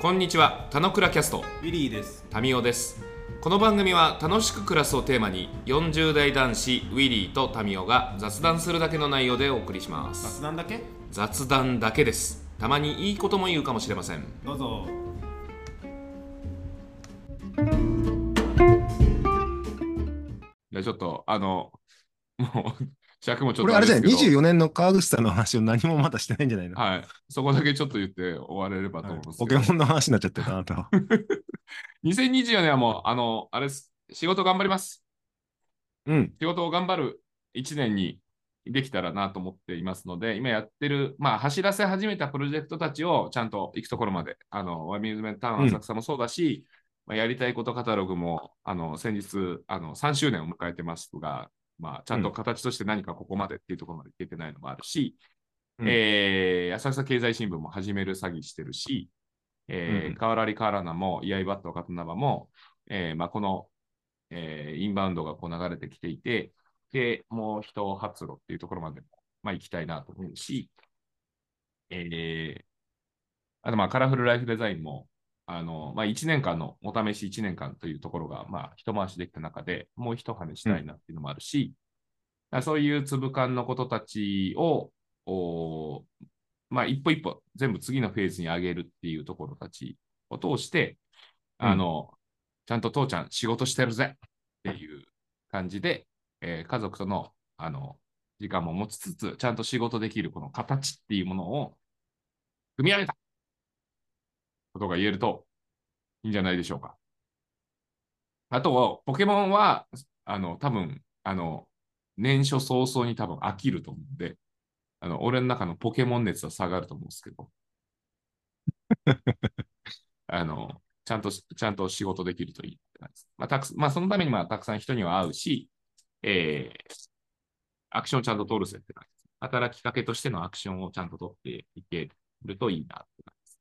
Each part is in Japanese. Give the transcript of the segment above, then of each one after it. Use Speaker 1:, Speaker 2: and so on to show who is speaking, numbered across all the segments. Speaker 1: こんにちは、たのくらキャスト、
Speaker 2: ウィリーです。
Speaker 1: タミオです。この番組は楽しく暮らすをテーマに、40代男子ウィリーとタミオが雑談するだけの内容でお送りします。
Speaker 2: 雑談だけ
Speaker 1: 雑談だけです。たまにいいことも言うかもしれません。
Speaker 2: どうぞ。
Speaker 1: じゃあちょっと、あの、もう、尺もちょっ
Speaker 3: これ
Speaker 1: と
Speaker 3: あれじゃない
Speaker 1: ですけど
Speaker 3: ?24 年の川口さんの話を何もまだしてないんじゃないの、
Speaker 1: はい、そこだけちょっと言って終われればと思うんです
Speaker 3: ポ
Speaker 1: け
Speaker 3: ケ
Speaker 1: ど、
Speaker 3: モンの話になっちゃってるか なと。
Speaker 1: 2024年はもう、あの、あれです、仕事頑張ります。
Speaker 3: うん。
Speaker 1: 仕事を頑張る1年にできたらなと思っていますので、今やってる、まあ、走らせ始めたプロジェクトたちをちゃんと行くところまで、あの、ワミューズメントタウン浅草もそうだし、まあ、やりたいことカタログも、あの、先日、あの、3周年を迎えてますが、まあ、ちゃんと形として何かここまでっていうところまでいけてないのもあるし、
Speaker 3: うん
Speaker 1: えー浅草経済新聞も始める詐欺してるし、えー
Speaker 3: うん
Speaker 1: カワラリカーラナも、イアイバットカトナバも、えーまあ、この、えーインバウンドがこう流れてきていて、で、もう人発露っていうところまでも、まあ、行きたいなと思うし、えーあと、まあ、カラフルライフデザインも、あの、まあ、1年間のお試し1年間というところが、まあ、一回しできた中でもう一跳ねしたいなっていうのもあるし、だからそういう粒感のことたちを、おーまあ、一歩一歩全部次のフェーズに上げるっていうところたちを通して、
Speaker 3: うん
Speaker 1: あの、ちゃんと父ちゃん仕事してるぜっていう感じで、えー家族との、あの、時間も持ちつつ、ちゃんと仕事できるこの形っていうものを組み上げたことが言えるといいんじゃないでしょうか。あとは、ポケモンは、あの、多分、あの、年初早々に多分飽きると思うんで、あの、俺の中のポケモン熱は下がると思うんですけど。 あの、ちゃんとし、ちゃんと仕事できるといいって感じです。まあ、たくさんまあ、そのために、まあ、たくさん人には会うし、えー、アクションをちゃんと取るぜって感じです。働きかけとしてのアクションをちゃんと取っていけるといいなって感じです。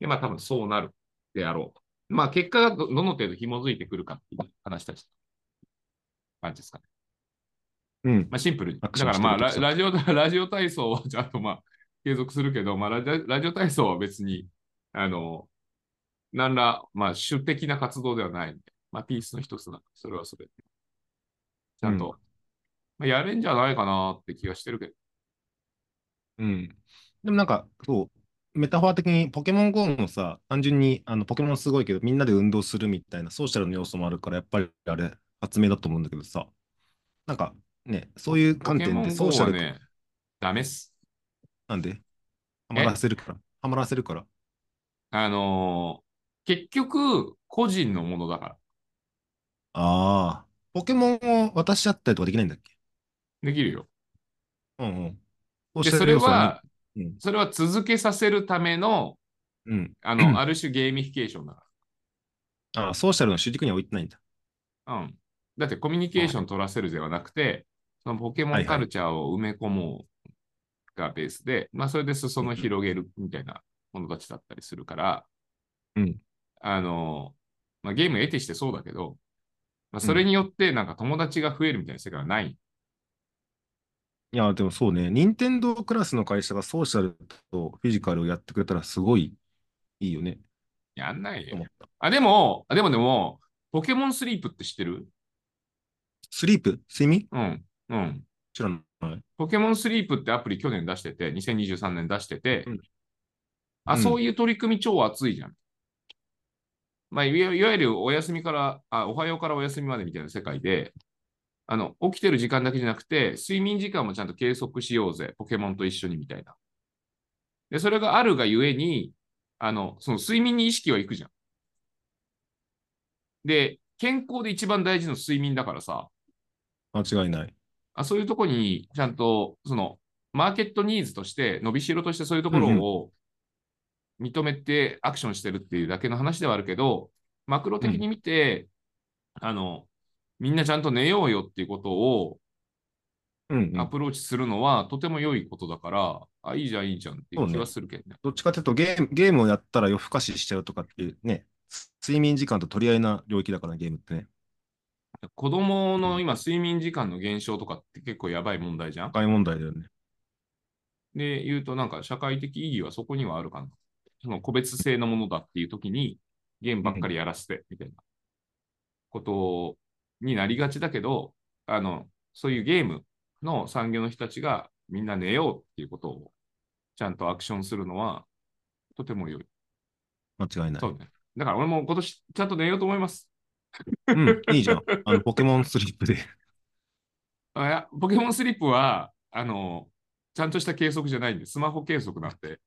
Speaker 1: で、まあ、多分そうなるであろう。まあ、結果がどどの程度紐づいてくるかっていう話たち。感じですかね。
Speaker 3: うん。
Speaker 1: まあ、シンプルに。だ
Speaker 3: アク
Speaker 1: か
Speaker 3: ション
Speaker 1: らまあラ、
Speaker 3: してる
Speaker 1: ラジオ、ラジオ 体操はちゃんとまあ、継続するけど、まあラジオ、ラジオ体操は別に、あの、何ら、まあ、主的な活動ではないんで、まあ、ピースの一つなんで、それはそれで。ちゃんと、
Speaker 3: うん
Speaker 1: まあ、やれんじゃないかなって気がしてるけど、
Speaker 3: うん。でもなんか、そう、メタファー的にポケモン GO もさ、単純にあのポケモンすごいけど、みんなで運動するみたいなソーシャルの要素もあるから、やっぱりあれ、発明だと思うんだけどさ、なんかね、そういう
Speaker 1: ポ
Speaker 3: 観
Speaker 1: ケモ
Speaker 3: 点
Speaker 1: ン
Speaker 3: で
Speaker 1: GO
Speaker 3: ソーシャ
Speaker 1: は
Speaker 3: ル、
Speaker 1: ね、ダメっす。
Speaker 3: なんでハマらせるから。ハマらせるから。
Speaker 1: あのー結局、個人のものだから。
Speaker 3: ああ。ポケモンを渡し合ったりとかできないんだっけ
Speaker 1: できるよ。
Speaker 3: うんうん。ソー
Speaker 1: で、
Speaker 3: シャ
Speaker 1: そ
Speaker 3: ル
Speaker 1: れ
Speaker 3: 要素
Speaker 1: は、
Speaker 3: ないうん
Speaker 1: それは続けさせるための、
Speaker 3: 何、うん。
Speaker 1: あ
Speaker 3: うん
Speaker 1: の、ある種ゲーミフィケーションだから。
Speaker 3: ああ、ソーシャルの主軸には置いてないんだ。
Speaker 1: うん。だってコミュニケーション取らせるではなくて、そのポケモンカルチャーを埋め込もうがベースで、まあそれで裾野広げるみたいなものたちだったりするから、
Speaker 3: うん
Speaker 1: あの、まあゲーム得てしてそうだけど、まあそれによってなんか友達が増えるみたいな世界はない。
Speaker 3: いや、でもそうね、任天堂クラスの会社がソーシャルとフィジカルをやってくれたらすごいいいよね、
Speaker 1: やんない
Speaker 3: と
Speaker 1: よ
Speaker 3: 思。った。
Speaker 1: あ、でも、あでもでも、ポケモンスリープって知ってる
Speaker 3: スリープ睡眠
Speaker 1: うん。うん。
Speaker 3: 知らない。
Speaker 1: ポケモンスリープってアプリ去年出してて、2023年出してて、
Speaker 3: うん
Speaker 1: あ、
Speaker 3: うん
Speaker 1: そういう取り組み超熱いじゃん。まあ、いわいわゆるお休みからあ、おはようからお休みまでみたいな世界で、あの、起きてる時間だけじゃなくて、睡眠時間もちゃんと計測しようぜ、ポケモンと一緒にみたいな。で、それがあるがゆえに、あの、その睡眠に意識はいくじゃん。で、健康で一番大事なの睡眠だからさ、
Speaker 3: 間違いない。
Speaker 1: あそういうところに、ちゃんと、その、マーケットニーズとして、伸びしろとしてそういうところ
Speaker 3: うんうん
Speaker 1: を認めてアクションしてるっていうだけの話ではあるけど、マクロ的に見て、あの、みんなちゃんと寝ようよっていうことを
Speaker 3: うん、う
Speaker 1: ア
Speaker 3: ん。
Speaker 1: プローチするのは、とても良いことだから、あ、いいじゃん、いいじゃんっていう
Speaker 3: そう
Speaker 1: 気
Speaker 3: ね
Speaker 1: はするけどね。
Speaker 3: どっちかというとゲーム、ゲームをやったら夜更かししちゃうとかっていうね、す睡眠時間と取り合いな領域だからねゲームってね。
Speaker 1: 子供の今、睡眠時間の減少とかって結構やばい問題じゃん
Speaker 3: 社会問題だよね。
Speaker 1: で、言うとなんか社会的意義はそこにはあるかな。その個別性のものだっていう時に、ゲームばっかりやらせて、みたいなことになりがちだけど、あの、そういうゲームの産業の人たちがみんな寝ようっていうことをちゃんとアクションするのはとても良い。
Speaker 3: 間違いない。
Speaker 1: そうね。だから俺も今年ちゃんと寝ようと思います。
Speaker 3: うん、いいじゃん。あの、ポケモンスリップで。
Speaker 1: あいやポケモンスリップは、あの、ちゃんとした計測じゃないんで、スマホ計測なんで、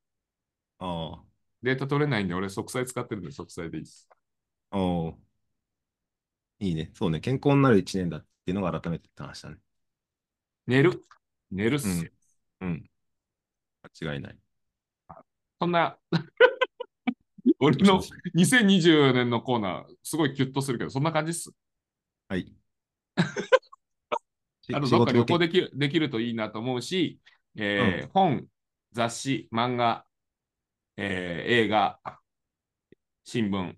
Speaker 3: あ
Speaker 1: データ取れないんで、俺、即歳使ってるんで、即歳でいいです。
Speaker 3: あ、おういいね。そうね。健康になる一年だっていうのが改めて話だね。
Speaker 1: 寝る。寝るっすよ。
Speaker 3: うんうん。間違いない。
Speaker 1: そんな、 俺の2020年のコーナー、すごいキュッとするけど、そんな感じっす。
Speaker 3: はい。
Speaker 1: あの
Speaker 3: 仕
Speaker 1: どっか旅
Speaker 3: 事の
Speaker 1: 行
Speaker 3: 手
Speaker 1: できるできるといいなと思うし、えー本、雑誌、漫画、えー映画、新聞、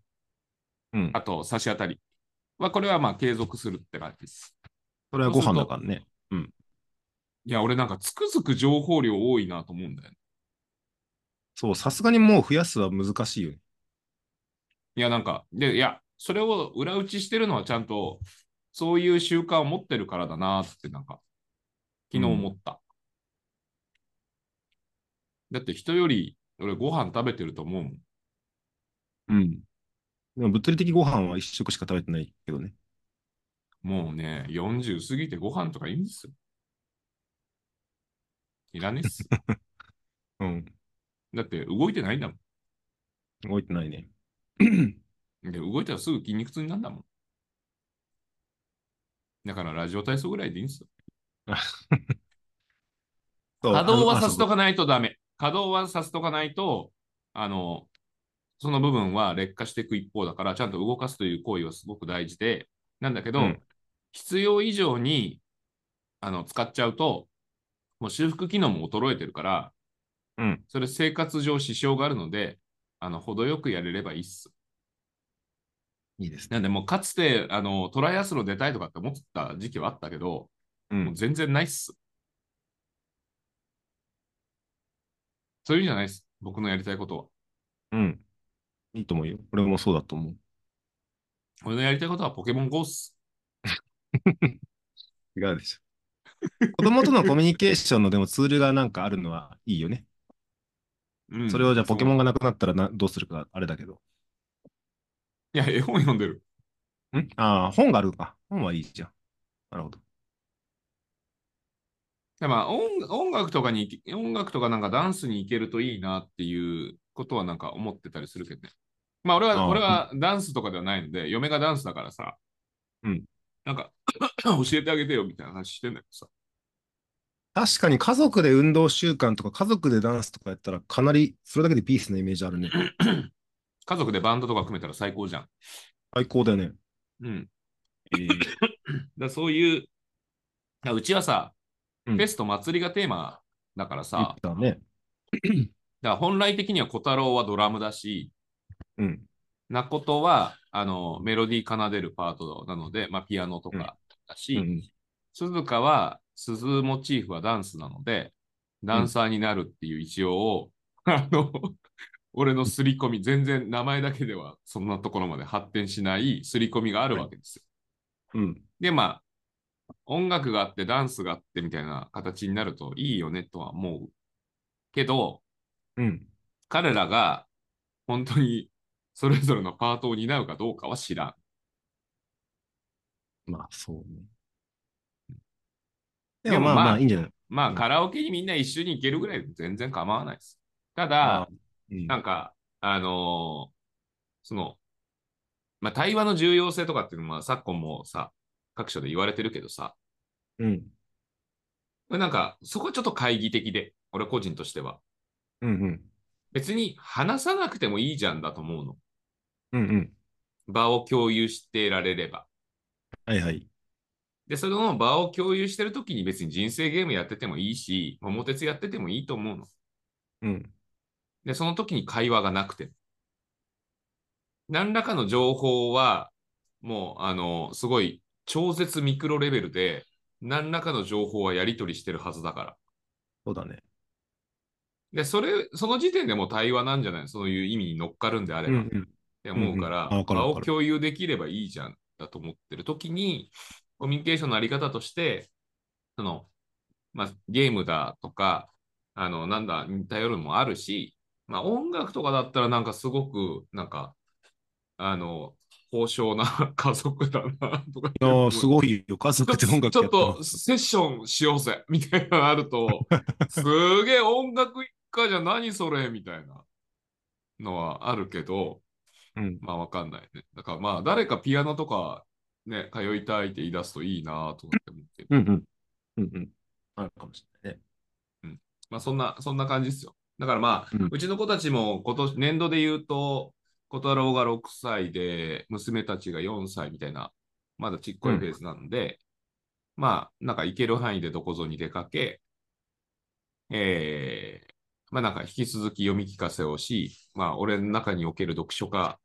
Speaker 3: うん
Speaker 1: あ。と差し当たりは、これはまあ継続するって感じです。
Speaker 3: それはご飯だからね。
Speaker 1: いや、俺なんかつくづく情報量多いなと思うんだよ、ね。
Speaker 3: そう、さすがにもう増やすは難しいよね。
Speaker 1: いや、なんか、で、いや、それを裏打ちしてるのはちゃんと、そういう習慣を持ってるからだなって、なんか、昨日思った。だって人より、俺ご飯食べてると思うもん。
Speaker 3: うん。でも物理的ご飯は一食しか食べてないけどね。
Speaker 1: もうね、40過ぎてご飯とかいいんですよ。いらねえっす。
Speaker 3: うん。
Speaker 1: だって動いてないんだも
Speaker 3: 動いてないね。
Speaker 1: ん。で、動いたらすぐ筋肉痛になるんだもん。だからラジオ体操ぐらいでいいんですよ。
Speaker 3: そう
Speaker 1: 稼働はさせと
Speaker 3: あの
Speaker 1: かないとダメ。稼働はさせとかないと、あの、その部分は劣化していく一方だから、ちゃんと動かすという行為はすごく大事で、なんだけど、
Speaker 3: うん
Speaker 1: 必要以上にあの使っちゃうと、もう修復機能も衰えてるから、
Speaker 3: うん
Speaker 1: それ生活上支障があるので、あの程よくやれればいいっす。
Speaker 3: いいですね。
Speaker 1: なんで、もうかつてあのトライアスロン出たいとかって思ってた時期はあったけど、
Speaker 3: う。
Speaker 1: もうん全然ないっす。そういうんじゃないっす。僕のやりたいことは。
Speaker 3: うん。いいと思うよ。俺もそうだと思う。
Speaker 1: 俺のやりたいことはポケモン GO っす。
Speaker 3: 違うでしょ。 子供とのコミュニケーションのでもツールがなんかあるのはいいよね。
Speaker 1: うん
Speaker 3: それをじゃあポケモ
Speaker 1: ン。
Speaker 3: ンがなくなったらなどうするかあれだけど。
Speaker 1: いや、絵本読んでる。
Speaker 3: んああ、本があるのか。本はいいじゃん。なるほど。
Speaker 1: でまあ音音楽とかに行け、音楽とかなんかダンスに行けるといいなっていうことはなんか思ってたりするけどね。まあ俺
Speaker 3: あ
Speaker 1: は、
Speaker 3: あ
Speaker 1: 俺はダンスとかではないので、嫁がダンスだからさ、
Speaker 3: うん。
Speaker 1: なんか 教えてあげてよみたいな話してんだけどさ。
Speaker 3: 確かに家族で運動習慣とか家族でダンスとかやったらかなりそれだけでピースなイメージあ るね。
Speaker 1: 家族でバンドとか組めたら最高じゃん。
Speaker 3: 最高だよね。
Speaker 1: うん。だからそういう、だからうちはさ、
Speaker 3: うん
Speaker 1: フェスと祭りがテーマだからさ、
Speaker 3: 言ってたね。
Speaker 1: だから本来的には小太郎はドラムだし、
Speaker 3: うん。
Speaker 1: ナコトはあのメロディー奏でるパートなので、まあ、ピアノとかだし、
Speaker 3: うん
Speaker 1: 鈴鹿は鈴モチーフはダンスなので、ダンサーになるっていう一応を、 あの、俺の刷り込み、全然名前だけではそんなところまで発展しない刷り込みがあるわけですよ。
Speaker 3: うん。
Speaker 1: で、まあ、音楽があって、ダンスがあってみたいな形になるといいよねとは思うけど、
Speaker 3: うん。
Speaker 1: 彼らが本当にそれぞれのパートを担うかどうかは知らん。
Speaker 3: まあ、そうね。
Speaker 1: で
Speaker 3: で
Speaker 1: も
Speaker 3: もまあ
Speaker 1: まあ
Speaker 3: まあ、いいんじゃない
Speaker 1: ま
Speaker 3: う
Speaker 1: あ、
Speaker 3: ん
Speaker 1: カラオケにみんな一緒に行けるぐらいで全然構わないです。た
Speaker 3: あ
Speaker 1: だ、
Speaker 3: うん
Speaker 1: なんか、あのーその、まあ、対話の重要性とかっていうのは昨今もさ、各所で言われてるけどさ、
Speaker 3: うん。
Speaker 1: なんか、そこはちょっと懐疑的で、俺個人としては。
Speaker 3: うんうん。
Speaker 1: 別に話さなくてもいいじゃんだと思うの。
Speaker 3: うんうん。
Speaker 1: 場を共有してられれば。
Speaker 3: はいはい。
Speaker 1: で、その場を共有してるときに別に人生ゲームやっててもいいし、桃鉄やっててもいいと思うの。
Speaker 3: うん。
Speaker 1: で、その時に会話がなくても。何らかの情報は、もう、あの、すごい超絶ミクロレベルで、何らかの情報はやり取りしてるはずだから。
Speaker 3: そうだね。
Speaker 1: で、それ、その時点でもう対話なんじゃないそういう意味に乗っかるんであれ
Speaker 3: う
Speaker 1: ばっ
Speaker 3: んうん
Speaker 1: て思うから、
Speaker 3: うんうんあわかる
Speaker 1: 場
Speaker 3: わ
Speaker 1: を
Speaker 3: かる
Speaker 1: 共有できればいいじゃんだと思ってる時に、コミュニケーションのあり方として、その、まあ、ゲームだとか、あの、なんだ、似たよるのもあるし、まあ、音楽とかだったらなんかすごく、なんか、あの、高尚な 家族だなとか。
Speaker 3: いやーすごいよ、家
Speaker 1: ちょ
Speaker 3: 族
Speaker 1: っと
Speaker 3: で音楽
Speaker 1: ちょ
Speaker 3: や
Speaker 1: っ
Speaker 3: ってま
Speaker 1: と
Speaker 3: す。
Speaker 1: セッションしようぜみたいなのあると、すげえ音楽一家じゃ何それみたいなのはあるけど、
Speaker 3: うん、
Speaker 1: まあわかんないね。だからまあ誰かピアノとかね、通いたいって言い出すといいなとかって思ってる。
Speaker 3: うん、うん。うん、うん。あるかもしれないね。
Speaker 1: まあそんな、そんな感じですよ。だからまあ、う
Speaker 3: うん
Speaker 1: ちの子たちも今年、年度で言うと、小太郎が6歳で、娘たちが4歳みたいな、まだちっこいペースなんで、まあ、なんか行ける範囲でどこぞに出かけ、えー、まあなんか引き続き読み聞かせをし、まあ俺の中における読書家、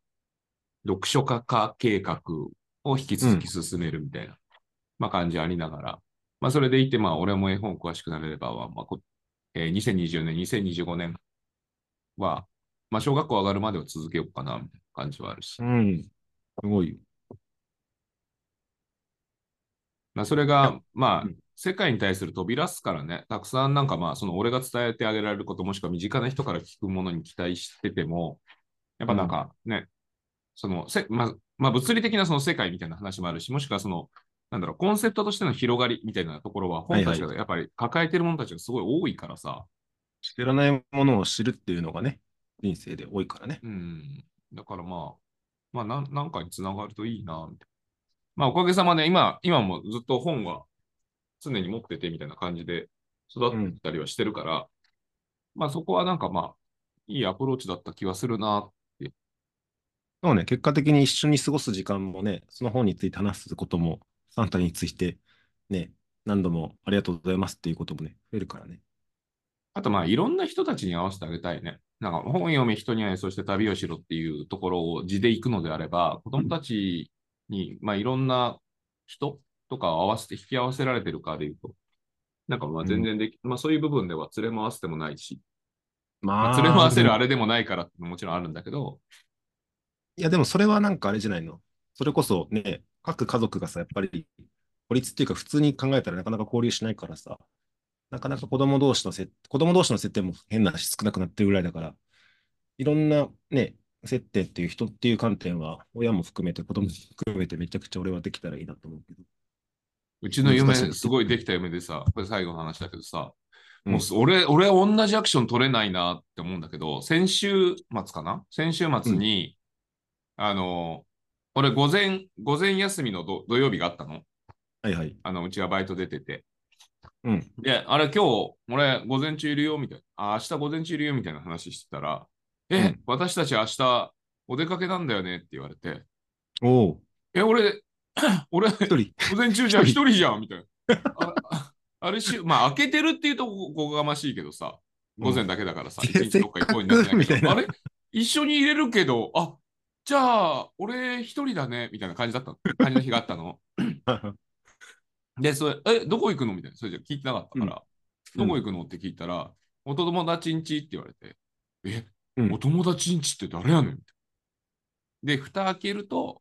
Speaker 1: 読書家化計画を引き続き進めるみたいな、まあ感じありながら、まあそれでいて、まあ俺も絵本詳しくなれればは、まあこえー2020年、2025年は、まあ、小学校上がるまでを続けようかな、みたいな感じはあるし、
Speaker 3: うん。すごいよ。
Speaker 1: まあ、それが、まあ
Speaker 3: うん、
Speaker 1: 世界に対する扉っすからね、たくさんなんかまあ、その俺が伝えてあげられること、もしくは身近な人から聞くものに期待してても、やっぱなんかね、そのせ、まあ、まあ、物理的なその世界みたいな話もあるし、もしくはその、なんだろう、コンセプトとしての広がりみたいなところは、本たちがやっぱり抱えてるものたちがすごい多いからさ、
Speaker 3: 知らないものを知るっていうのがね、人生で多いからね。
Speaker 1: うん。だからまあ、まあ、なんなんかにつながるといいな、みたいな。まあ、おかげさまで、今、今もずっと本は常に持ってて、みたいな感じで育ったりはしてるから、まあ、そこはなんかまあ、いいアプローチだった気はするな。
Speaker 3: そうね、結果的に一緒に過ごす時間もね、その本について話すことも、サンタについて、ね、何度もありがとうございますっていうこともね、増えるからね。
Speaker 1: あとまあ、いろんな人たちに合わせてあげたいね。なんか、本読め、人に会え、そして旅をしろっていうところを字で行くのであれば、子供たちに、まあ、いろんな人とかを合わせて、引き合わせられてるかでいうと、なんかまあ、全然でき、まあ、そういう部分では連れ回せてもないし、ま
Speaker 3: ま
Speaker 1: あ、連れ回せるあ
Speaker 3: れ。
Speaker 1: れでもないからってのももちろんあるんだけど、
Speaker 3: いや、でもそれはなんかあれじゃないの。それこそね、各家族がさ、やっぱり、孤立っていうか、普通に考えたらなかなか交流しないからさ、なかなか子供同士の接、子供同士の接点も変なし少なくなってるぐらいだから、いろんなね、接点っていう人っていう観点は、親も含めて、子供も含めて、めちゃくちゃ俺はできたらいいなと思うけど。
Speaker 1: うちの嫁、
Speaker 3: 難しいです
Speaker 1: すごいできた嫁でさ、これ最後の話だけどさ、
Speaker 3: うん
Speaker 1: もうす俺、俺、同じアクション取れないなって思うんだけど、先週末かな先週末に、あの、俺、午前、午前休みの土土曜日があったの。
Speaker 3: はいはい。
Speaker 1: あの、うちはバイト出てて。
Speaker 3: うん。
Speaker 1: で、あれ、今日、俺、午前中いるよ、みたいな。あ、明日午前中いるよ、みたいな話してたら、え、
Speaker 3: うん
Speaker 1: 私たち明日、お出かけなんだよねって言われて、
Speaker 3: おお、
Speaker 1: え、俺、 俺、
Speaker 3: 一人。
Speaker 1: 午前中じゃん一
Speaker 3: 一
Speaker 1: 人じゃんみたいな。あああれし、まあ、開けてるっていうとこおこがましいけどさ、午前だけだからさ、
Speaker 3: うん
Speaker 1: 一日どっか行こうになってない
Speaker 3: せ
Speaker 1: け
Speaker 3: っかくみたいな
Speaker 1: ど、あれ一緒に入れるけど、あじゃあ、俺一人だねみたいな感じだったの。感じの日があったの。で、それ、え、どこ行くのみたいな。それじゃ聞いてなかったから、
Speaker 3: う
Speaker 1: ど
Speaker 3: ん
Speaker 1: こ行くのって聞いたら、お友達んちって言われて、え、
Speaker 3: うん
Speaker 1: お友達んちって誰やねんみたいなで、蓋開けると、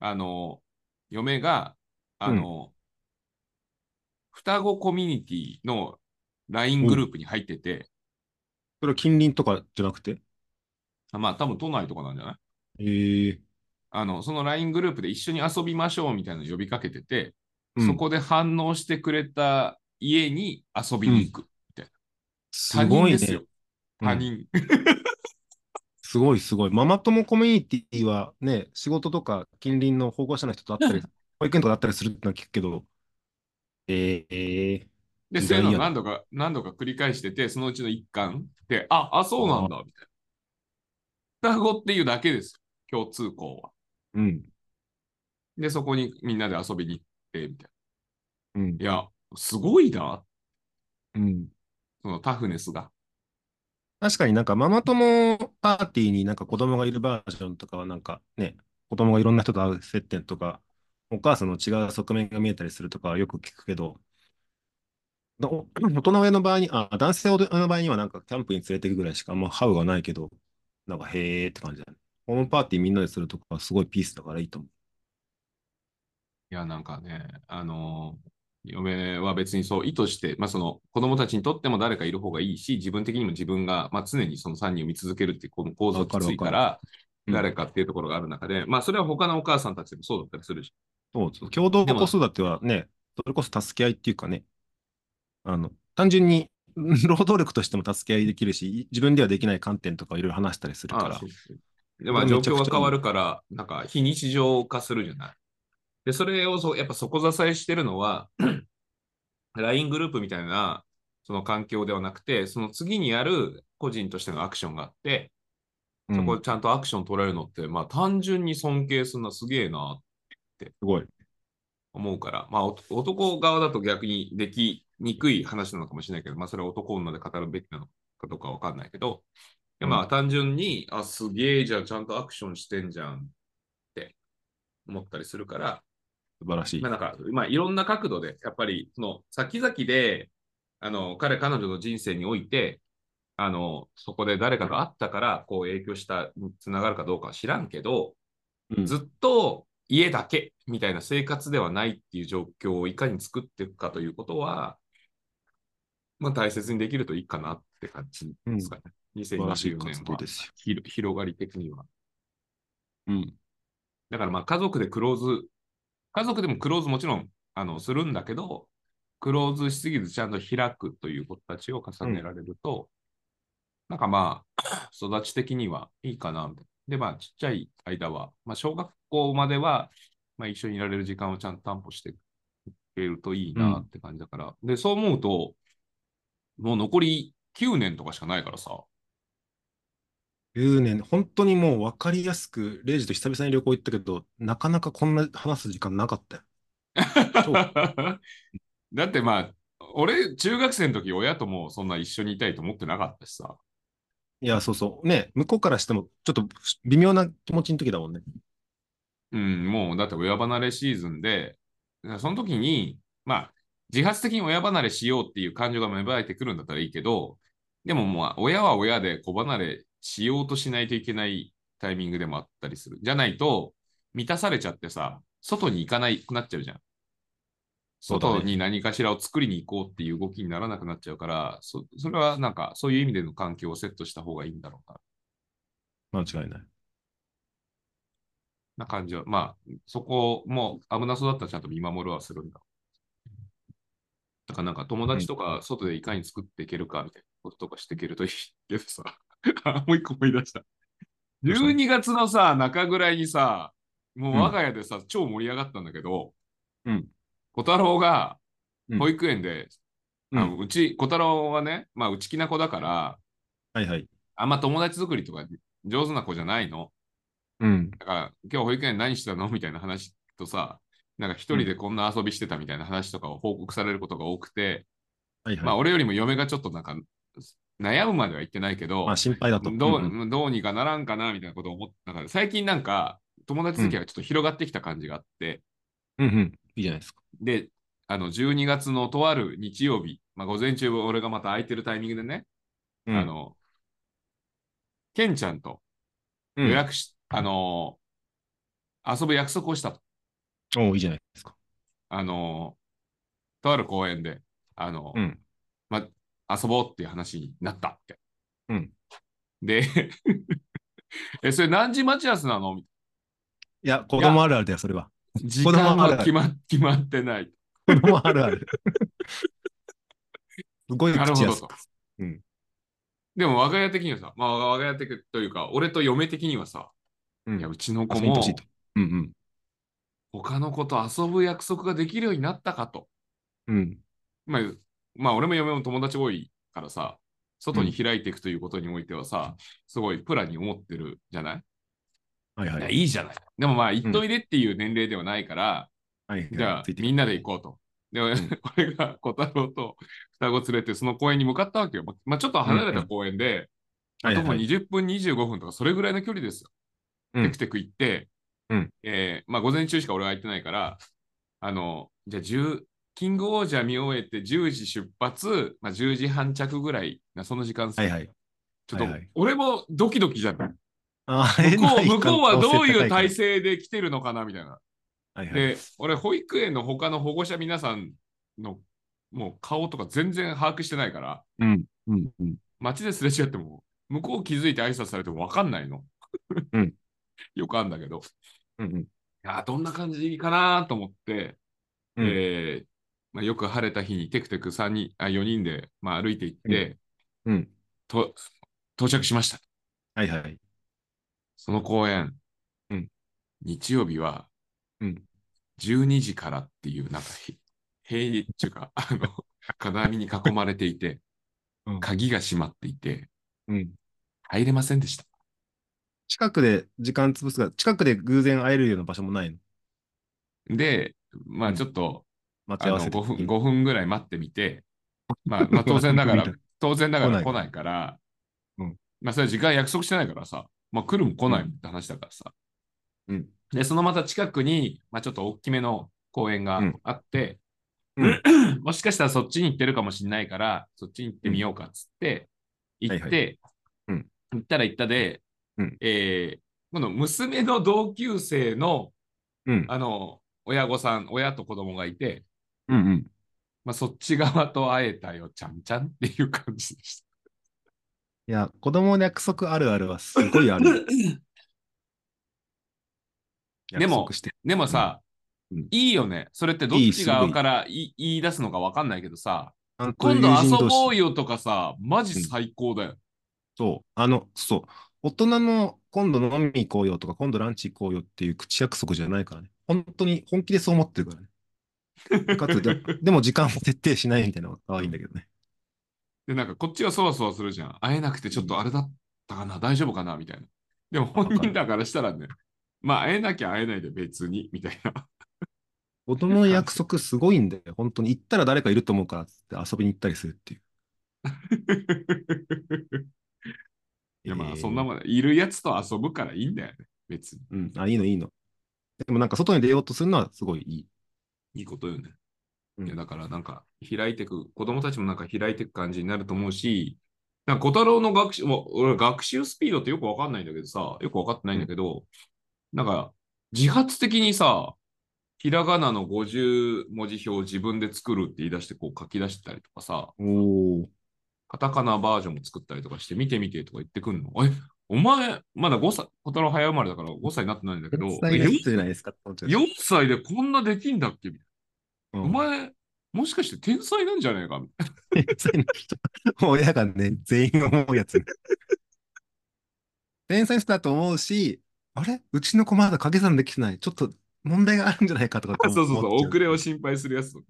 Speaker 1: あの、嫁が、あの、双子コミュニティの LINE グループに入ってて、
Speaker 3: それは近隣とかじゃなくて
Speaker 1: あまあ多分都内とかなんじゃない
Speaker 3: ええ
Speaker 1: あの、その LINE グループで一緒に遊びましょうみたいなの呼びかけてて、
Speaker 3: うん
Speaker 1: そこで反応してくれた家に遊びに行く。他
Speaker 3: す
Speaker 1: 人
Speaker 3: ごい
Speaker 1: ですよ
Speaker 3: ね。。
Speaker 1: 他人。
Speaker 3: すごいすごい。ママ友コミュニティはね、仕事とか近隣の保護者の人と会ったり、保育園とかだったりするってのは聞くけど、ええ
Speaker 1: で、
Speaker 3: 時
Speaker 1: そうい
Speaker 3: 代
Speaker 1: うのを
Speaker 3: やな
Speaker 1: 何度か、何度か繰り返してて、そのうちの一環で、あ、あ、そうなんだ、みたいな。双子っていうだけですよ。共通項は。
Speaker 3: うん、
Speaker 1: で、そこにみんなで遊びに行って、みたい
Speaker 3: うん、
Speaker 1: な。いや、すごいな、
Speaker 3: うん。
Speaker 1: そのタフネスが。
Speaker 3: 確かになんかママ友パーティーになんか子供がいるバージョンとかはなんかね、子供がいろんな人と会う接点とか、お母さんの違う側面が見えたりするとかはよく聞くけど、だお 大人親の場合に、あ、男性親の場合には、なんかキャンプに連れていくぐらいしかあんまハウがないけど、なんかへえって感じだね。ホームパーティーみんなでするとか、すごいピースだからいいと思う。
Speaker 1: いや、なんかね、あのー嫁は別にそう意図して、まあ、その子供たちにとっても誰かいる方がいいし、自分的にも自分が、まあ、常にその3人を見続けるっていうこの構造
Speaker 3: わか
Speaker 1: が
Speaker 3: る
Speaker 1: つ
Speaker 3: わか
Speaker 1: い
Speaker 3: る
Speaker 1: たら、
Speaker 3: うん
Speaker 1: 誰かっていうところがある中で、まあ、それは他のお母さんたちでもそうだったりするし、
Speaker 3: そうそう、共同
Speaker 1: でも
Speaker 3: 子育てはね、それこそ助け合いっていうかね、あの、単純に うん労働力としても助け合いできるし、自分ではできない観点とかいろいろ話したりするか
Speaker 1: ああ
Speaker 3: ら
Speaker 1: そう、そうでまあ
Speaker 3: めち
Speaker 1: 状
Speaker 3: ゃくちゃ
Speaker 1: 況が変わるから、なんか非日常化するじゃない。で、それをそうやっぱ底支えしてるのは、LINE グループみたいなその環境ではなくて、その次にやる個人としてのアクションがあって、
Speaker 3: うん
Speaker 1: そこでちゃんとアクション取れるのって、まあ単純に尊敬するのはすげえな
Speaker 3: すごい。
Speaker 1: 思うから、まあお男側だと逆にできにくい話なのかもしれないけど、まあそれは男女で語るべきなのかどうかわかんないけど、でま
Speaker 3: う
Speaker 1: あ単純に、あ、すげえじゃん、ちゃんとアクションしてんじゃんって思ったりするから、
Speaker 3: 素晴らしい
Speaker 1: まあ、。なんか、まあ、いろんな角度で、やっぱり、その、先々で、あの、彼、彼女の人生において、あの、そこで誰かと会ったから、こう、影響した、つながるかどうかは知らんけど、
Speaker 3: うん
Speaker 1: ずっと家だけみたいな生活ではないっていう状況をいかに作っていくかということは、まあ、大切にできるといいかなって感じですかね。
Speaker 3: 素晴らしい
Speaker 1: 2024
Speaker 3: 活
Speaker 1: 年
Speaker 3: 動
Speaker 1: は
Speaker 3: ですよ。
Speaker 1: ひろ広がり的には。
Speaker 3: うん。
Speaker 1: だからまあ家族でクローズ、家族でもクローズもちろんあのするんだけど、クローズしすぎずちゃんと開くということたちを重ねられると、なんかまあ、育ち的にはいいかなみたいな。で、まあ、ちっちゃい間は、まあ、小学校までは、まあ、一緒にいられる時間をちゃんと担保していけるといいなって感じだから、で、そう思うと、もう残り9年とかしかないからさ、
Speaker 3: 10年、本当にもう分かりやすく、レイジと久々に旅行行ったけど、なかなかこんな話す時間な かったよ。超
Speaker 1: だってまあ、俺、中学生の時親ともそんな一緒にいたいと思ってなかったしさ。
Speaker 3: いや、そうそう。ね、向こうからしても、ちょっと微妙な気持ちの時だもんね。
Speaker 1: うん、もうだって親離れシーズンで、その時に、まあ、自発的に親離れしようっていう感情が芽生えてくるんだったらいいけど、でもまあ、親は親で子離れしようとしないといけないタイミングでもあったりする。じゃないと、満たされちゃってさ、外に行かないくなっちゃうじゃん。
Speaker 3: そうだね
Speaker 1: 外に何かしらを作りに行こうっていう動きにならなくなっちゃうから、そそれはなんか、そういう意味での環境をセットした方がいいんだろうな。
Speaker 3: 間違いない。
Speaker 1: な感じは、まあ、そこも危なそうだったらちゃんと見守るはするんだ。だからなんか友達とか外でいかに作っていけるかみたいなこととかしていけるといいけどさ、 あもう一個思い出した。
Speaker 3: うしたの
Speaker 1: 12月のさ、中ぐらいにさ、もう我が家でさ、超盛り上がったんだけど、
Speaker 3: うん。
Speaker 1: 小太郎が
Speaker 3: うん
Speaker 1: 保育園で、
Speaker 3: うん
Speaker 1: あのうち、小太郎はね、まあうちきな子だから、
Speaker 3: はいはい。
Speaker 1: あんま友達作りとか上手な子じゃないの。
Speaker 3: うん。
Speaker 1: だから、今日保育園何してたのみたいな話とさ、なんか一人でこんな遊びしてたみたいな話とかを報告されることが多くて、
Speaker 3: はいはい。
Speaker 1: まあ俺よりも嫁がちょっとなんか悩むまでは言ってないけど、
Speaker 3: まあ心配だと。
Speaker 1: どう
Speaker 3: うんうん
Speaker 1: どうにかならんかなみたいなことを思ったから、最近なんか友達付き合いがちょっと広がってきた感じがあって、
Speaker 3: うんうん。いいじゃないですか。
Speaker 1: で、あの12月のとある日曜日、まあ、午前中俺がまた空いてるタイミングでね、
Speaker 3: うん
Speaker 1: あ、の、ケンちゃんと
Speaker 3: うん
Speaker 1: 予約し、あのー遊ぶ約束をしたと。
Speaker 3: おういいじゃないですか。
Speaker 1: あの、とある公園で、あの、
Speaker 3: うん。
Speaker 1: ま、遊ぼうっていう話になったって。
Speaker 3: うん。
Speaker 1: で、 え、それ何時待ち合わせなのみ
Speaker 3: いや、子供あるあるだよ、それは。
Speaker 1: 時
Speaker 3: 供
Speaker 1: 間
Speaker 3: ある
Speaker 1: は決ま決まってない。
Speaker 3: 子供あるある。すごい
Speaker 1: なるほ
Speaker 3: 口や
Speaker 1: ど
Speaker 3: す
Speaker 1: と。
Speaker 3: うん
Speaker 1: でも我が家的にはさ、まあ我が家的というか、俺と嫁的にはさ、
Speaker 3: うん
Speaker 1: いや、うちの子
Speaker 3: 遊びに行って
Speaker 1: も
Speaker 3: ほしいと。うん
Speaker 1: 他の子と遊ぶ約束ができるようになったかと。
Speaker 3: うん。うん。
Speaker 1: まあ、まあ、俺も嫁も友達多いからさ、外に開いていくということにおいてはさ、すごいプランに思ってるじゃない、
Speaker 3: はいはい
Speaker 1: や、
Speaker 3: い。
Speaker 1: いいじゃない。でもまあ、行っといでっていう年齢ではないから、
Speaker 3: はいはい
Speaker 1: じゃあ
Speaker 3: つい、て
Speaker 1: みんなで行こうと。で、
Speaker 3: ん
Speaker 1: 俺が小太郎と双子連れて、その公園に向かったわけよ。ままあ、ちょっと離れた公園で、
Speaker 3: うん
Speaker 1: あ
Speaker 3: うん
Speaker 1: とも
Speaker 3: はいは
Speaker 1: 20分、25分とか、それぐらいの距離ですよ。
Speaker 3: うん
Speaker 1: テクテク行って、
Speaker 3: うん
Speaker 1: えーまあ、午前中しか俺は空いてないから、あの、じゃあ10、キングオージャー見終えて10時出発、まあ、10時半着ぐらいな、その時間っす
Speaker 3: はいはい。
Speaker 1: ちょっと、
Speaker 3: はいはい
Speaker 1: 俺もドキドキじゃない
Speaker 3: あ
Speaker 1: 向こう向こうはどういう体
Speaker 3: 制
Speaker 1: 制で来てるのかなみたいな。
Speaker 3: はいはい、
Speaker 1: で、俺、保育園の他の保護者皆さんのもう顔とか全然把握してないから、
Speaker 3: うん。うん。うん。
Speaker 1: 街ですれ違っても、向こう気づいて挨拶されても分かんないの。
Speaker 3: うん
Speaker 1: よくあるんだけど、
Speaker 3: うん。
Speaker 1: いやーどんな感じかなと思って、
Speaker 3: うん
Speaker 1: えーまあ、よく晴れた日にテクテク3人あ4人で、まあ、歩いて行って、
Speaker 3: うん。
Speaker 1: と到着しました。
Speaker 3: はいはい。
Speaker 1: その公園、
Speaker 3: うん
Speaker 1: 日曜日は、
Speaker 3: うん
Speaker 1: 12時からっていう、なんか、へ 平日っていうか、あの、金網に囲まれていて、
Speaker 3: うん
Speaker 1: 鍵が閉まっていて、
Speaker 3: うん。
Speaker 1: 入れませんでした。
Speaker 3: 近くで時間潰すが、近くで偶然会えるような場所もないの
Speaker 1: で、まあ
Speaker 3: うん
Speaker 1: ちょっと、
Speaker 3: 待
Speaker 1: あ
Speaker 3: ち合
Speaker 1: の
Speaker 3: わせ
Speaker 1: 5
Speaker 3: で
Speaker 1: 分 ,5 分ぐらい待ってみて、ま あ、まあ当然なが
Speaker 3: 見
Speaker 1: ら
Speaker 3: た、
Speaker 1: 当然ながら
Speaker 3: 来
Speaker 1: 来
Speaker 3: な
Speaker 1: ないから、
Speaker 3: うん
Speaker 1: まあそれは時間約束してないからさ、まあ来るも来ないって話だからさ。
Speaker 3: うん
Speaker 1: で、そのまた近くに、まあちょっと大きめの公園があって、
Speaker 3: う ん
Speaker 1: もしかしたらそっちに行ってるかもしれないから、そっちに行ってみようかっつって、
Speaker 3: ん
Speaker 1: 行って、
Speaker 3: はいうん
Speaker 1: 行ったら行ったで、
Speaker 3: うん
Speaker 1: えーこの娘の同級生の、
Speaker 3: うん。
Speaker 1: あの、親御さん、親と子供がいて、
Speaker 3: うんうん。
Speaker 1: まあ、そっち側と会えたよ、ちゃんちゃんっていう感じでし
Speaker 3: いや、子供の約束あるあるはすごいある。
Speaker 1: でも
Speaker 3: 約束して。
Speaker 1: た。でもさ、
Speaker 3: うん
Speaker 1: いいよね。それってどっ
Speaker 3: いい
Speaker 1: ち
Speaker 3: すごい
Speaker 1: 側から言い言い出すのか分かんないけどさ、
Speaker 3: ちゃんと
Speaker 1: 今度
Speaker 3: 友人
Speaker 1: 遊
Speaker 3: 同士
Speaker 1: ぼうよとかさ、マジ最高だよ。
Speaker 3: そう。あの、そう。大人の今度飲み行こうよとか、今度ランチ行こうよっていう口約束じゃないからね。本当に本気でそう思ってるからね。かつ、 ででも時間を設定しないみたいなのが可愛いんだけどね。
Speaker 1: で、なんかこっちはそわそわするじゃん。会えなくてちょっとあれだったかな、大丈夫かなみたいな。でも本人だからしたらね、まあ会えなきゃ会えないで別に、みたいな。
Speaker 3: 大人の約束すごいんだよ。本当に行ったら誰かいると思うからっつって遊びに行ったりするっていう。
Speaker 1: いやま
Speaker 3: え
Speaker 1: あ
Speaker 3: ー
Speaker 1: そんなもん、いるやつと遊ぶからいいんだよね、別に。
Speaker 3: うん。あ、いいのいいの。でもなんか外に出ようとするのはすごいいい。
Speaker 1: いいことよね。
Speaker 3: うん
Speaker 1: いやだからなんか開いてく、子供たちもなんか開いてく感じになると思うし、なんか小太郎の学習、もう俺学習スピードってよくわかんないんだけどさ、よくわかってないんだけど、なんか自発的にさ、ひらがなの50文字表を自分で作るって言い出してこう書き出したりとかさ、
Speaker 3: おー。
Speaker 1: カタカナバージョンも作ったりとかして見て見てとか言ってくんの。え、お前、まだ5歳、小太郎早生まれだから5歳になってないんだけど、
Speaker 3: 伝えが必要じゃないですか。
Speaker 1: 4歳でこんなできんだっけみたい
Speaker 3: うん
Speaker 1: な。お前、もしかして天才なんじゃねえかみたい
Speaker 3: 天才の人、親がね、全員思うやつ。天才の人だと思うし、あれうちの子まだ掛け算できてない。ちょっと問題があるんじゃないかとかって
Speaker 1: な。
Speaker 3: 思
Speaker 1: そ
Speaker 3: っ
Speaker 1: うそうそう、
Speaker 3: 思っちゃ
Speaker 1: 遅れを心配するやつと。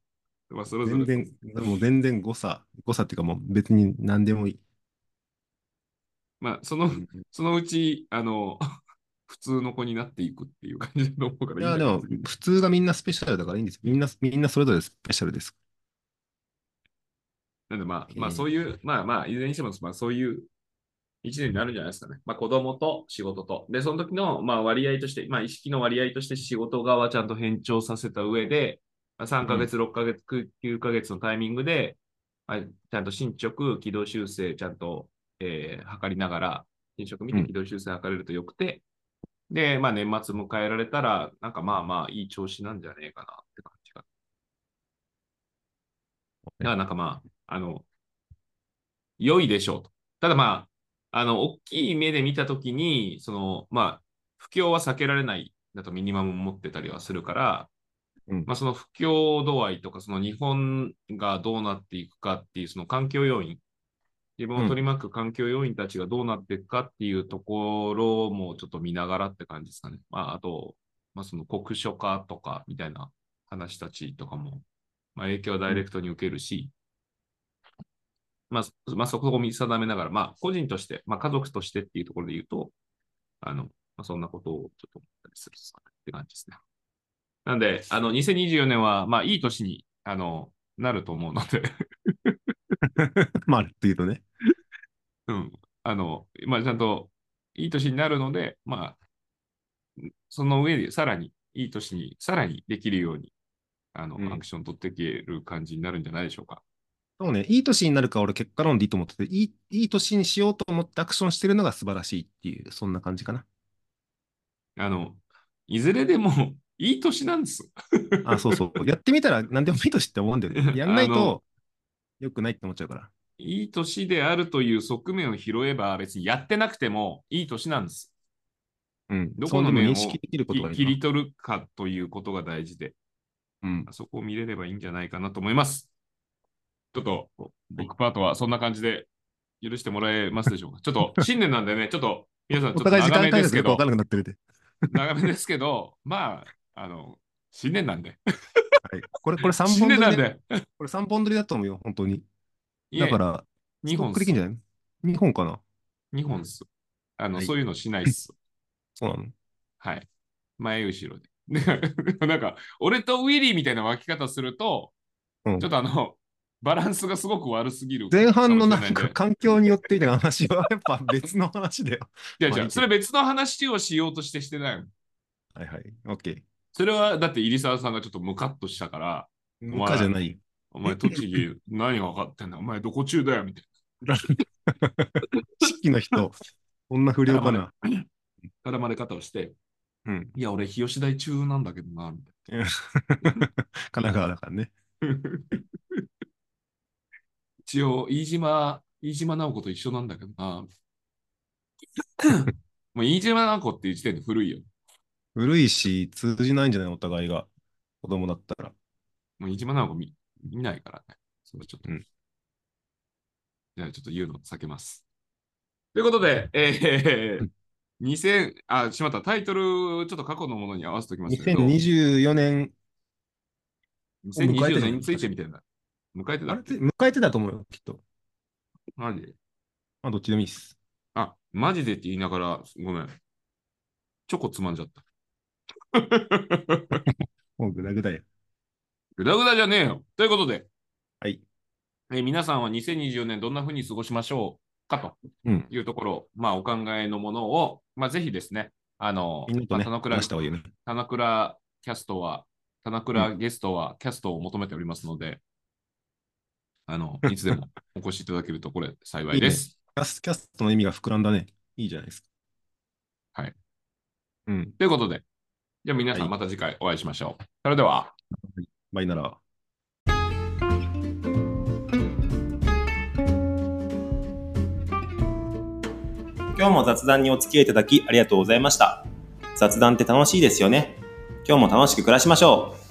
Speaker 1: まあ、それぞ
Speaker 3: 全
Speaker 1: れ。
Speaker 3: 然、もう全然誤差、誤差っていうかもう別に何でもいい。
Speaker 1: まあ、その、そのうち、あの、 普通の子になっていくっていう感じだと思うからい
Speaker 3: い
Speaker 1: い
Speaker 3: や、
Speaker 1: ん
Speaker 3: で
Speaker 1: だけど
Speaker 3: も、普通がみんなスペシャルだからいいんですよ。みんな、みんなそれぞれスペシャルです。
Speaker 1: なんでまあ、まあ
Speaker 3: えー
Speaker 1: そういう、まあまあ、いずれにしても、まあそういう一年になるんじゃないですかね。まあ子供と仕事と。で、その時の、まあ割合として、まあ意識の割合として仕事側はちゃんと変調させた上で、まあ、3ヶ月、6ヶ月、9ヶ月のタイミングで、まあ、ちゃんと進捗、軌道修正、ちゃんと、えー測りながら、進捗見て
Speaker 3: うん
Speaker 1: 軌道修正測れるとよくて、で、まあ年末迎えられたら、なんかまあまあいい調子なんじゃねえかなって感じが。だからなんかまあ、あの、良いでしょうと。ただまあ、あの、大きい目で見たときに、その、まあ、不況は避けられないだとミニマム持ってたりはするから、
Speaker 3: うん
Speaker 1: まあ、その不況度合いとか、その日本がどうなっていくかっていう、その環境要因、自分を取り巻く環境要因たちがどうなっていくかっていうところもちょっと見ながらって感じですかね。まあ、あと、まあ、その国書化とかみたいな話たちとかも、まあ、影響はダイレクトに受けるし、まあ、そまあ、そこを見定めながら、まあ、個人として、まあ、家族としてっていうところで言うと、あの、まあ、そんなことをちょっと思ったりするっすかねって感じですね。なんで、あの、2024年は、まあ、いい年に、あの、なると思うので、
Speaker 3: まあ、あるっていうとね。
Speaker 1: うん。あの、まあ、ちゃんと、いい年になるので、まあ、その上で、さらに、いい年に、さらにできるように、あの、
Speaker 3: うん
Speaker 1: アクション取っていける感じになるんじゃないでしょうか。
Speaker 3: そうね、いい年になるから俺結果論でいいと思ってて、いい、いい年にしようと思ってアクションしてるのが素晴らしいっていう、そんな感じかな。
Speaker 1: あの、いずれでも いい年なんです。
Speaker 3: あ、そ うそう。やってみたら何でもいい年って思うんだよね。やんない
Speaker 1: あ
Speaker 3: と
Speaker 1: の
Speaker 3: 良くないって思っちゃうから。
Speaker 1: いい年であるという側面を拾えば、別にやってなくてもいい年なんです。
Speaker 3: うん。
Speaker 1: どこの
Speaker 3: そうでも
Speaker 1: 面を
Speaker 3: 認識できることがい
Speaker 1: き切
Speaker 3: い
Speaker 1: り取るかということが大事で、
Speaker 3: な。うん。
Speaker 1: そこを見れればいいんじゃないかなと思います。ちょっと、僕パートはそんな感じで許してもらえますでし ょうか。ちょっと、新年なんでね、ちょっと、皆さん、ちょ
Speaker 3: お
Speaker 1: っと
Speaker 3: 互い時
Speaker 1: 長
Speaker 3: 間
Speaker 1: め
Speaker 3: 帯が
Speaker 1: で
Speaker 3: よ
Speaker 1: す
Speaker 3: く
Speaker 1: け
Speaker 3: 分
Speaker 1: ど
Speaker 3: か、らなくなってるで。
Speaker 1: 長めですけど、まあ、あの、新年なんで。
Speaker 3: はい。こ れ、これ3
Speaker 1: 新
Speaker 3: 本
Speaker 1: 年
Speaker 3: 撮
Speaker 1: な
Speaker 3: り
Speaker 1: ん
Speaker 3: で、
Speaker 1: で。
Speaker 3: これ3本撮りだと思うよ、本当に。
Speaker 1: いえ
Speaker 3: だから、
Speaker 1: 二本
Speaker 3: ストックできんじゃない ?2 本かな
Speaker 1: 日本っす。あの、
Speaker 3: はい
Speaker 1: そういうのしないっす。
Speaker 3: そうなの
Speaker 1: はい。前後ろで。で なんか、俺とウィリーみたいな分け方すると、
Speaker 3: うん
Speaker 1: ちょっとあの、バランスがすごく悪すぎる。
Speaker 3: 前半のな
Speaker 1: もしれ
Speaker 3: んか
Speaker 1: い
Speaker 3: 環境によってみたいな話は やっぱ別の話だよ。
Speaker 1: でいやい
Speaker 3: まあい
Speaker 1: や、
Speaker 3: いけど
Speaker 1: それ別の話をしようとしてしてないの。
Speaker 3: はいはい。OK。
Speaker 1: それは、だって入澤さんがちょっとムカッとしたから、前
Speaker 3: 他じゃないよ。
Speaker 1: お前栃木 何が分かってんだお前どこ中だよみたい
Speaker 3: 四季の 人、こんな不良かな。
Speaker 1: な。絡まれ方をして、
Speaker 3: うん。
Speaker 1: いや、俺日吉大中なんだけどな、みたいな。
Speaker 3: 神奈川だからね。
Speaker 1: 一応、飯島、飯島直子と一緒なんだけど な。もう飯島直子っていう時点で古いよ。
Speaker 3: 古いし、通じないんじゃないお互いが。子供だったら。
Speaker 1: もう飯島直子見見ないからね。それちょっと。
Speaker 3: うん
Speaker 1: じゃあちょっと言うの避けます。ということで、え
Speaker 3: う
Speaker 1: ー、2000、あ、しまった、タイトル、ちょっと過去のものに合わせておきますけど、
Speaker 3: 2024年、迎えて
Speaker 1: 2020
Speaker 3: た
Speaker 1: 年についてみたいな。迎えてた
Speaker 3: あれって迎えてたと思うよ、きっと。
Speaker 1: マジで
Speaker 3: まあ、どっちでもいいです。
Speaker 1: あ、マジでって言いながら、ごめん。チョコつまんじゃった。
Speaker 3: もうグダグダや。
Speaker 1: ぐだぐだじゃねえよ。ということで、
Speaker 3: はい。
Speaker 1: えー皆さんは2024年どんな風に過ごしましょうかと
Speaker 3: うん。
Speaker 1: いうところ、まあ、お考えのものを、まあ、ぜひですね、あの、
Speaker 3: みんなと
Speaker 1: まあ
Speaker 3: ね、
Speaker 1: 田之倉
Speaker 3: 話した方がいいよね。
Speaker 1: 田之倉キャストは、田之倉ゲストは、キャストを求めておりますので、あの、いつでもお越しいただけるとこれ幸いです。
Speaker 3: キャスキャストの意味が膨らんだね。いいじゃないですか。
Speaker 1: はい。
Speaker 3: うん。
Speaker 1: ということで、じゃあ皆さ
Speaker 3: は
Speaker 1: ん
Speaker 3: い
Speaker 1: また次回お会いしましょう。それでは。
Speaker 3: バイなら。
Speaker 2: 今日も雑談にお付き合いいただきありがとうございました。雑談って楽しいですよね。今日も楽しく暮らしましょう。